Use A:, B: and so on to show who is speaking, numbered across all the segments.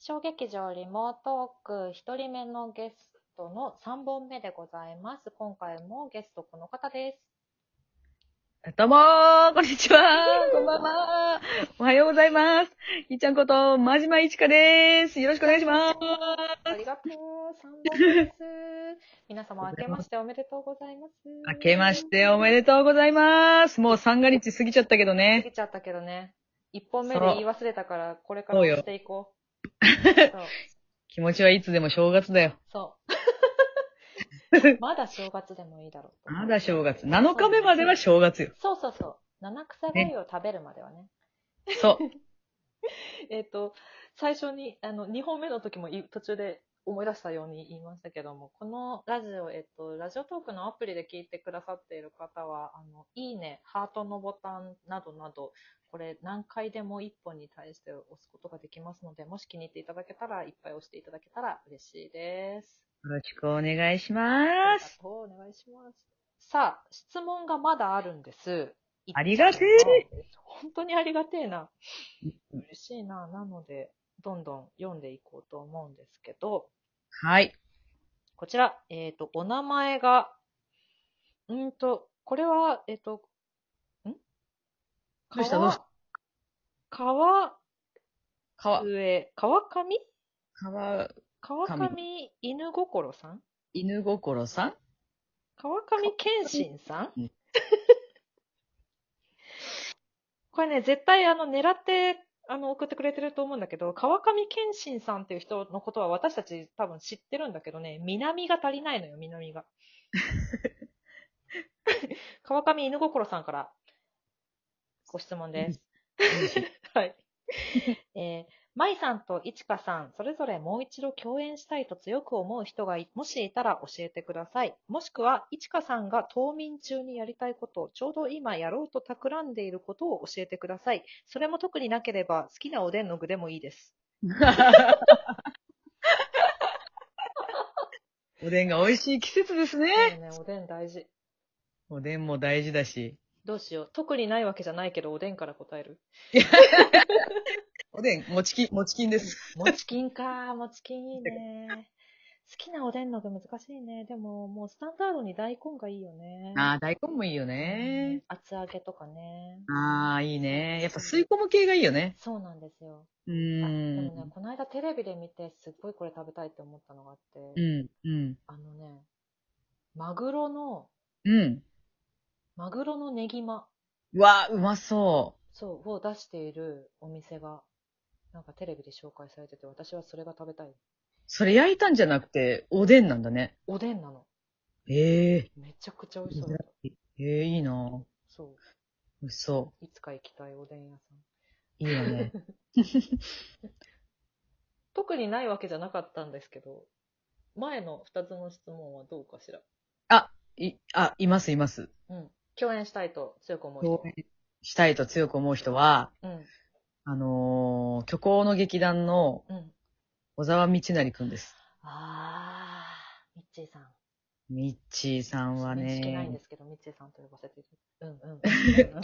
A: 小劇場リモートーク一人目のゲストの3本目でございます。今回もゲストこの方です。
B: どうもーこんにちはこんばんはおはようございますいっちゃんこと、まじまいちかでーすよろしくお願いします
A: ありがとう。3本目です。皆様明けましておめでとうございます。
B: 明けましておめでとうございますもう三が日過ぎちゃったけど
A: 過
B: ね。
A: ぎちゃったけどね。1本目で
B: そう
A: 言い忘れたから、これから
B: そうよ
A: 押していこ う。そう。
B: 気持ちはいつでも正月だよ。
A: そうまだ正月でもいいだろう。
B: まだ正月。7日目までは正月よ。
A: そうそうそう。七草がゆを食べるまではね。
B: そう。
A: えっ、と、最初に、あの、2本目の時もい途中で思い出したように言いましたけども、このラジオ、えっ、と、ラジオトークのアプリで聞いてくださっている方は、あの、いいね、ハートのボタンなどなど、これ何回でも1本に対して押すことができますので、もし気に入っていただけたら、いっぱい押していただけたら嬉しいです。
B: よろしくお願いし
A: あ
B: ま
A: りが
B: す。
A: とう、お願いします。さあ、質問がまだあるんです。
B: ありがて
A: え本当にありがてえな。嬉しいな。なので、どんどん読んでいこうと思うんですけど、
B: はい。
A: こちら、えっ、と、お名前が、うーんと、これは、えっ、と、ん
B: どうしたどうした
A: 川
B: 川、
A: 上、川上
B: 川、
A: 川上犬心さん
B: 犬心さん
A: 川上健信さ
B: うんん
A: これね、絶対あの、狙って、あの、送ってくれてると思うんだけど、川上健信さんっていう人のことは私たち多分知ってるんだけどね、南が足りないのよ、南が。川上犬心さんからご質問です。 はい。えー、舞さんといちかさん、それぞれもう一度共演したいと強く思う人がい、もしいたら教えてください。もしくは、いちかさんが冬眠中にやりたいこと、ちょうど今やろうと企んでいることを教えてください。それも特になければ、好きなおでんの具でもいいです。
B: おでんが美味しい季節ですね。
A: ね、おでん大事。
B: おでんも大事だし。
A: どうしよう。特にないわけじゃないけど、おでんから答える。
B: おでん、もちき、もちきんです。
A: もちきんか、もちきんいいね。好きなおでんの具難しいね。でも、もうスタンダードに大根がいいよね。
B: ああ、大根もいいよ
A: うん
B: ね。
A: 厚揚げとかね。
B: ああ、いいね。やっぱ吸い込む系がいいよね。
A: そうなんですよ。
B: う
A: あでも
B: ん。
A: ね、この間テレビで見て、すっごいこれ食べたいって思ったのがあって、
B: うん、うん、
A: あのね、マグロの、
B: うん。
A: マグロのネギマ、
B: うわあ、うまそ
A: そう、を出しているお店が、なんかテレビで紹介されてて、私はそれが食べたい。
B: う。それ焼いたんじゃなくて、おでんなんだね。
A: おでんなの。
B: ええ
A: めちゃくちゃ美味しそうだった。
B: ええいいなぁ
A: そ、
B: 美味しそう
A: いつか行きたいおでん屋さん。
B: う。いいよ ね。
A: 特にないわけじゃなかったんですけど、前の2つの質問はどうかしら。
B: い、あ、います、います。
A: うん。共演したいと強く思う人。
B: 共演したいと強く思う人は、
A: うん。
B: あのー、虚構の劇団の
A: うん。
B: 小沢道成くんです。
A: あー、ミッチーさん。
B: ミッチーさんは
A: 認識ないんで
B: ね、
A: すけど、ミッチーさんと呼ばせていただいて。うん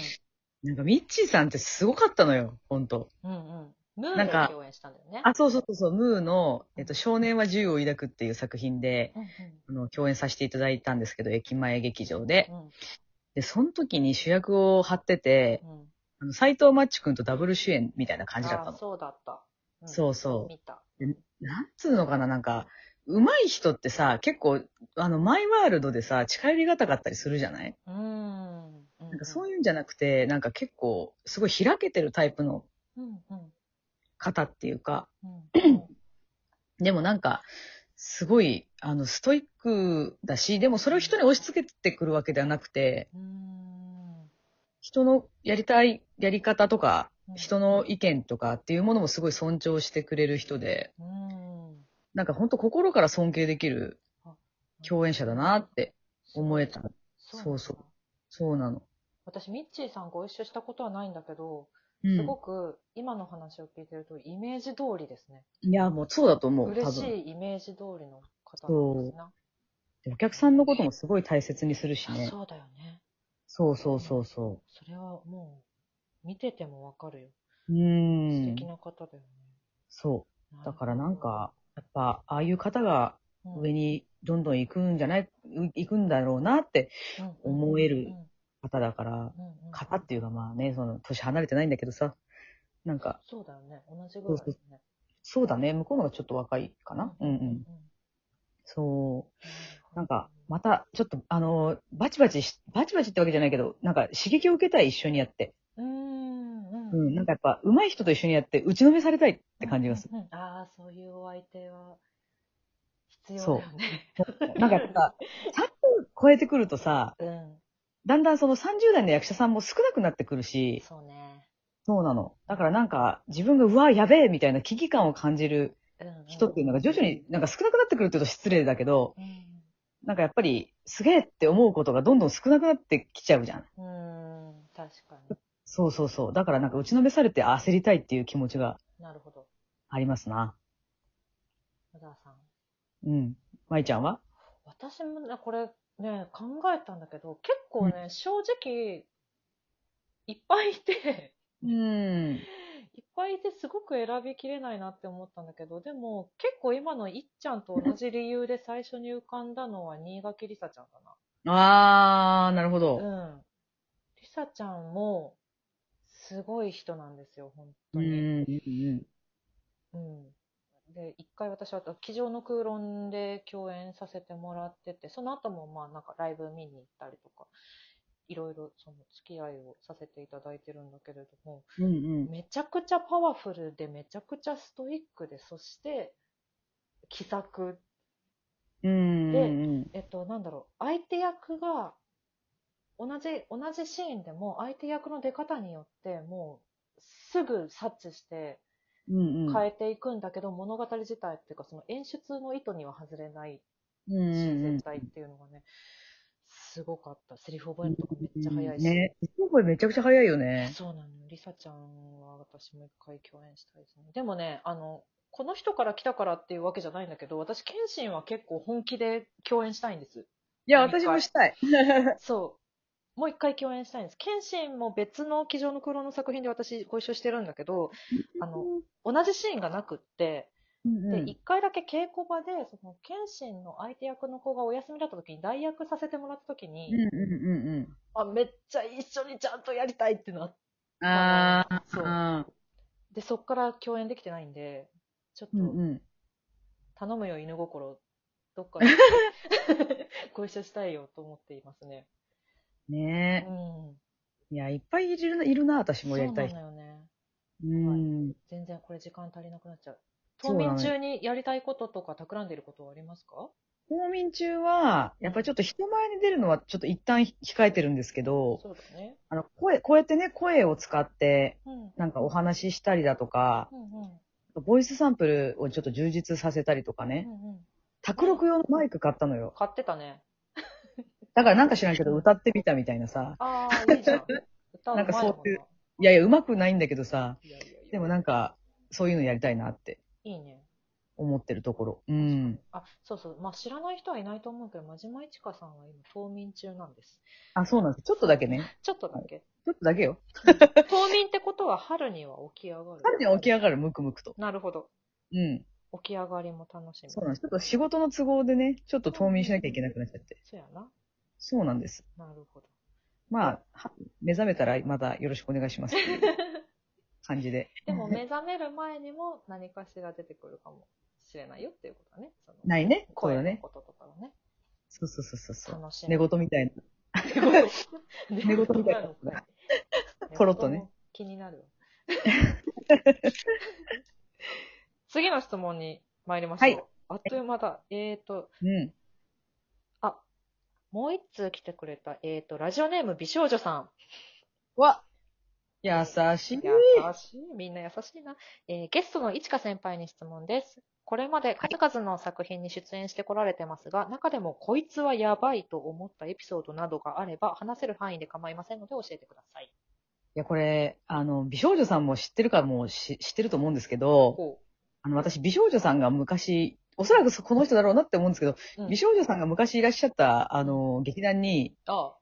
B: なんかミッチーさんってすごかったのよ、ほんと。
A: うん。うんうん。ムー
B: な
A: ン
B: ん
A: で
B: か
A: 共演したんだよね。
B: あ、そうそうそうそう、ムーの、えっと、少年は銃を抱くっていう作品で、
A: うんうん
B: あの、共演させていただいたんですけど、駅前劇場で。
A: うん
B: で、その時に主役を張ってて、
A: うん
B: あの、斎藤マッチ君とダブル主演みたいな感じだった
A: あ
B: の。
A: そうだった。ん
B: そうそう
A: 見た。
B: なんつうのかな、なんか、上手い人ってさ、結構、あの、マイワールドでさ、近寄りがたかったりするじゃない
A: うん。
B: なんかそう
A: い
B: いうんじゃなくて、なんか結構、すごい開けてるタイプの
A: うん。うんうん
B: 方っていうか、
A: うん。
B: でもなんか、すごい、あの、ストイックだし、でもそれを人に押し付けてくるわけではなくて、
A: うん
B: 人のやりたいやり方とか、
A: うん
B: 人の意見とかっていうものもすごい尊重してくれる人で、
A: うん。
B: なんか本当心から尊敬できる共演者だなって思えた。そうそ
A: な
B: う
A: んだ。
B: そうなの。
A: 私、ミッチーさんご一緒したことはないんだけど、
B: うん
A: すごく今の話を聞いてると、イメージ通りですね。
B: いや、もうそうだと思う。多
A: 嬉し
B: 分。
A: いイメージ通りの方なんですな。
B: お客さんのこともすごい大切にするし
A: いや
B: ね。
A: そうだよね。
B: そうそうそうそ
A: それはもう、見ててもわかるよ。
B: う。うー
A: 素
B: ん
A: 敵。な方だよね。
B: そ
A: な
B: だからなんか、やっぱ、ああいう方が
A: うん、
B: 上にどんどん行くんじゃない、行くんだろうなって思える方だから、
A: うんうんうん
B: 方っていうかまあね、その、年離れてないんだけどさ、なんか、
A: そうだよね。同じぐらいだよね。
B: そうだね、向こうのがちょっと若いかな。うんう。
A: うん
B: そう。
A: ん
B: なんか、また、ちょっと、あのー、バチバチし、バチバチってわけじゃないけど、なんか、刺激を受けたい、一緒にやって。
A: うーん、うん。
B: うん、なんかやっぱ、上手い人と一緒にやって、打ちのめされたいって感じがする。
A: うんうんうん ああ、そういうお相手は必要だよね。
B: なんかやっぱ、100超えてくるとさ、
A: う
B: だんだんその30代の役者さんも少なくなってくる
A: ん。
B: し、
A: そうね。
B: そうなの。だからなんか、自分が、うわ、やべえみたいな危機感を感じる
A: うんうん
B: 人っていうのが徐々になんか少なくなってくるって言うと失礼だけど、なんかやっぱり、すげえって思うことがどんどん少なくなってきちゃうじゃん。
A: うん。うん、確かに。
B: そうそうそう。だからなんか打ちのめされて焦りたいっていう気持ちが
A: なるほど。
B: ありますな。
A: 小沢さん。
B: うん。舞ちゃんは
A: 私もね、これね、考えたんだけど、結構ね、正直、いっぱいいて、
B: うん。
A: いっぱいいてすごく選びきれないなって思ったんだけど、でも結構今のいっちゃんと同じ理由で最初に浮かんだのは新垣りさちゃんだな。
B: あー、なるほど。
A: うん。りさちゃんも、すごい人なんですよ、本
B: う
A: 当
B: ん。
A: に。う
B: うん。
A: ん。で、一回私は、机上の空論で共演させてもらってて、その後もまあなんかライブ見に行ったりとか、いろいろその付き合いをさせていただいてるんだけれども、
B: うん。うん。
A: めちゃくちゃパワフルで、めちゃくちゃストイックで、そして、気さく
B: うん。
A: で
B: うん
A: えっと、なんだろう、相手役が、同じ、同じシーンでも、相手役の出方によって、もう、すぐ察知して
B: うん。
A: 変えていくんだけど、物語自体っていうか、その演出の意図には外れない
B: うん
A: し、
B: うん
A: 絶対っていうのがね、すごかった。セリフ覚えるとかめっちゃ早いし。
B: ね。声めちゃくちゃ早いよね。
A: そうなのよ。リサちゃんは私も一回共演したいですね。でもね、あの、この人から来たからっていうわけじゃないんだけど、私、謙信は結構本気で共演したいん です。
B: いや、私もしたい。
A: そう。もう一回共演したいんです。謙信も別の机上の空論の作品で私ご一緒してるんだけど、あの、同じシーンがなくって、
B: うん
A: で、一回だけ稽古場で、その、謙信の相手役の子がお休みだった時に代役させてもらった時に、
B: うんうん
A: あ、めっちゃ一緒にちゃんとやりたいってなって、
B: うん。あー。
A: そう
B: あ
A: で、そっから共演できてないんで、ちょっ
B: ーうん
A: と、
B: うん。
A: 頼むよ、犬心、どっかに ご一緒したいよと思っていますね。う
B: ね
A: ん。
B: いや、いっぱいいるないるな、私
A: そう
B: もやりたい
A: な。のよね。
B: うん。
A: 全然これ時間足りなくなっちゃう。
B: そう
A: 冬
B: なのよ
A: 眠中にやりたいこととか企んでいることはありますか
B: 公民中は、やっぱりちょっと人前に出るのはちょっと一旦控えてるんですけど、
A: そうだね。
B: あの、声、こうやってね、声を使って、
A: うん。うん
B: なんかお話ししたりだとか、
A: うん。
B: ボイスサンプルをちょっと充実させたりとか
A: う
B: ね。
A: んうん。
B: 卓録用のマイク買ったのよ。
A: 買ってたね。
B: だからなんか知らんけど歌ってみたみたいなさ。
A: ああ、いいじゃん。歌うまいもん
B: なんかそういう
A: な。
B: いやいや、うまくないんだけどさ。
A: いやいやいや
B: でもなんか、そういうのやりたいなって
A: いいね。
B: 思ってるところ。うん。
A: あ、そうそう。まあ、知らない人はいないと思うけど、真島いちかさんは今、冬眠中なんです。
B: あ、そうなんです。ちょっとだけね。
A: ちょっとだけ。
B: ちょっとだけよ。
A: 冬眠ってことは春には起き上がる。
B: 彼には起き上がる、ムクムクと。
A: なるほど。
B: うん。
A: 起き上がりも楽しみ。
B: そうなんです。ちょっと仕事の都合でね、ちょっと冬眠しなきゃいけなくなっちゃって。
A: そうやな。
B: そうなんです。
A: なる ほど。
B: まあ、は目覚めたらまたよろしくお願いします。感じで。
A: でも目覚める前にも何かしら出てくるかもしれないよっていうことだね。その
B: ないね。そう
A: 声
B: だ
A: の
B: ね。
A: こととかをね。
B: そうそうそうそうそう。
A: 楽し
B: 寝
A: み。
B: 言みたいな。
A: 寝
B: 言みたいなことだ ポロッとね。
A: 寝言も気になるわ。 次の質問に参りましょう。
B: はい
A: あっという間だ。えっ、ー、と、
B: うん。
A: もう一通来てくれた、えっ、ー、と、ラジオネーム美少女さん。
B: わ優しい
A: 優。しい。みんな優しいな。えーゲストのいちか先輩に質問です。これまで数々の作品に出演してこられてますが、中でもこいつはやばいと思ったエピソードなどがあれば、話せる範囲で構いませんので教えてください。
B: いや、これ、あの、美少女さんも知ってるからもうし知ってると思うんですけど、
A: こ
B: あの、私、美少女さんが昔、おそらくそこの人だろうなって思うんですけど、
A: う。うん
B: 美少女さんが昔いらっしゃった、あの、劇団に
A: あ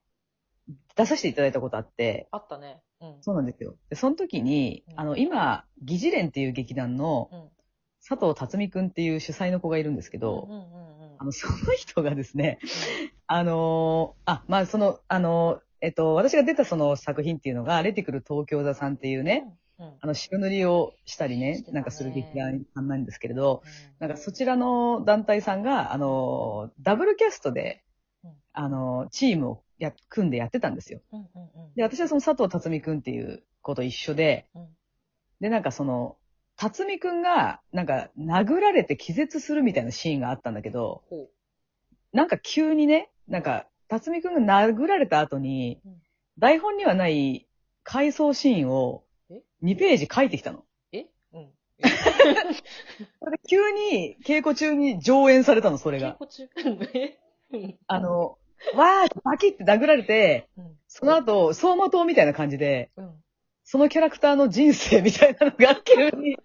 B: 出させていただいたことあって、
A: あ、あったね。うん。
B: そうなんですよ。で、その時に
A: う、ん
B: あの、今、議事連っていう劇団の
A: うん
B: 佐藤辰巳くんっていう主催の子がいるんですけど、
A: うんうんうんうん
B: あの、 その人がですね、あのーあ、まあ、その、あのーえっと、私が出たその作品っていうのが、出てくる東京座さんっていうね、
A: うんうん
B: あの、白塗りをしたり
A: して
B: ね
A: た、ね
B: なんかする劇団さんなんですけれど、なんかそちらの団体さんが、あのーダブルキャストで
A: うん、
B: あのーチームをや、組んでやってたんですよ。
A: うんうんうん
B: で、私はその佐藤辰巳くんっていう子と一緒で、
A: うん
B: で、なんかその、辰巳くんが、なんか殴られて気絶するみたいなシーンがあったんだけど、
A: ほ
B: なんか急にね、なんか、辰巳くんが殴られた後に
A: うん、
B: 台本にはない回想シーンを
A: え
B: 2ページ書いてきたの。
A: うえうん。
B: それで急に稽古中に上演されたの、それ
A: 稽
B: が。
A: 古中えうん
B: あの、わーってバキって殴られて、
A: うん
B: その後、相馬灯みたいな感じで、
A: うん
B: そのキャラクターの人生みたいなのが急 に、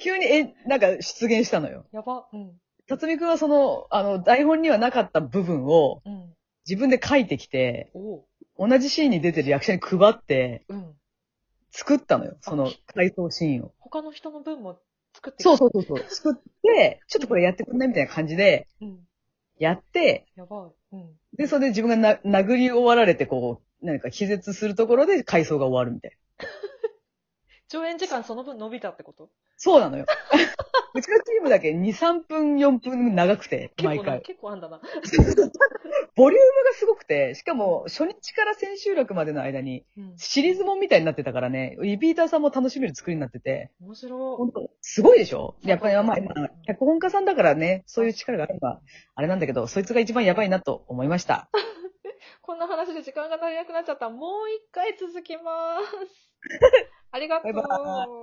B: 急に、え、なんか出現したのよ。
A: やば。うん。
B: 辰巳くんはその、あの、台本にはなかった部分を
A: うん。
B: 自分で書いてきて、
A: おう。
B: 同じシーンに出てる役者に配って、
A: うん。
B: 作ったのよ。その回想シーンを。
A: 他の人の分も作って
B: そう
A: う。
B: そうそうそう。作って、ちょっとこれやってくんないみたいな感じで、
A: うん。
B: やって、
A: やばい。うん。
B: で、それで自分がな殴り終わられて、こう、何か気絶するところで回想が終わるみたいな。
A: 上演時間その分伸びたってこと
B: そう なのよ。うちのチームだけ2、3分、4分長くて、
A: 結
B: 毎
A: 構な、
B: 回。
A: 結構あんだな。
B: ボリュームがすごくて、しかも初日から千秋楽までの間に、
A: うん。
B: シリーズもんみたいになってたからね、リピーターさんも楽しめる作りになってて、
A: 面白い。
B: 本当すごいでしょやっぱり、まあ、まあ脚本家さんだからね、そういう力があれば、あれなんだけど、そいつが一番やばいなと思いました。
A: こんな話で時間が足りなく なっちゃった。もう一回続きます。ありがとう。
B: バイバ